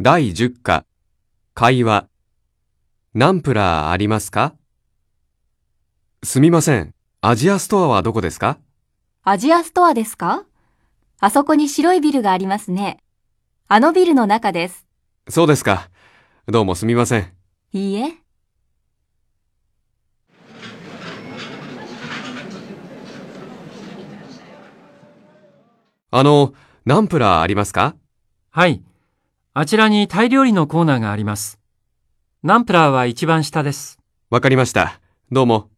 第10課、会話。ナンプラーありますかすみません。アジアストアはどこですかアジアストアですかあそこに白いビルがありますね。あのビルの中です。そうですか。どうもすみません。いいえ。あの、ナンプラーありますかはい。あちらにタイ料理のコーナーがあります。ナンプラーは一番下です。わかりました。どうも。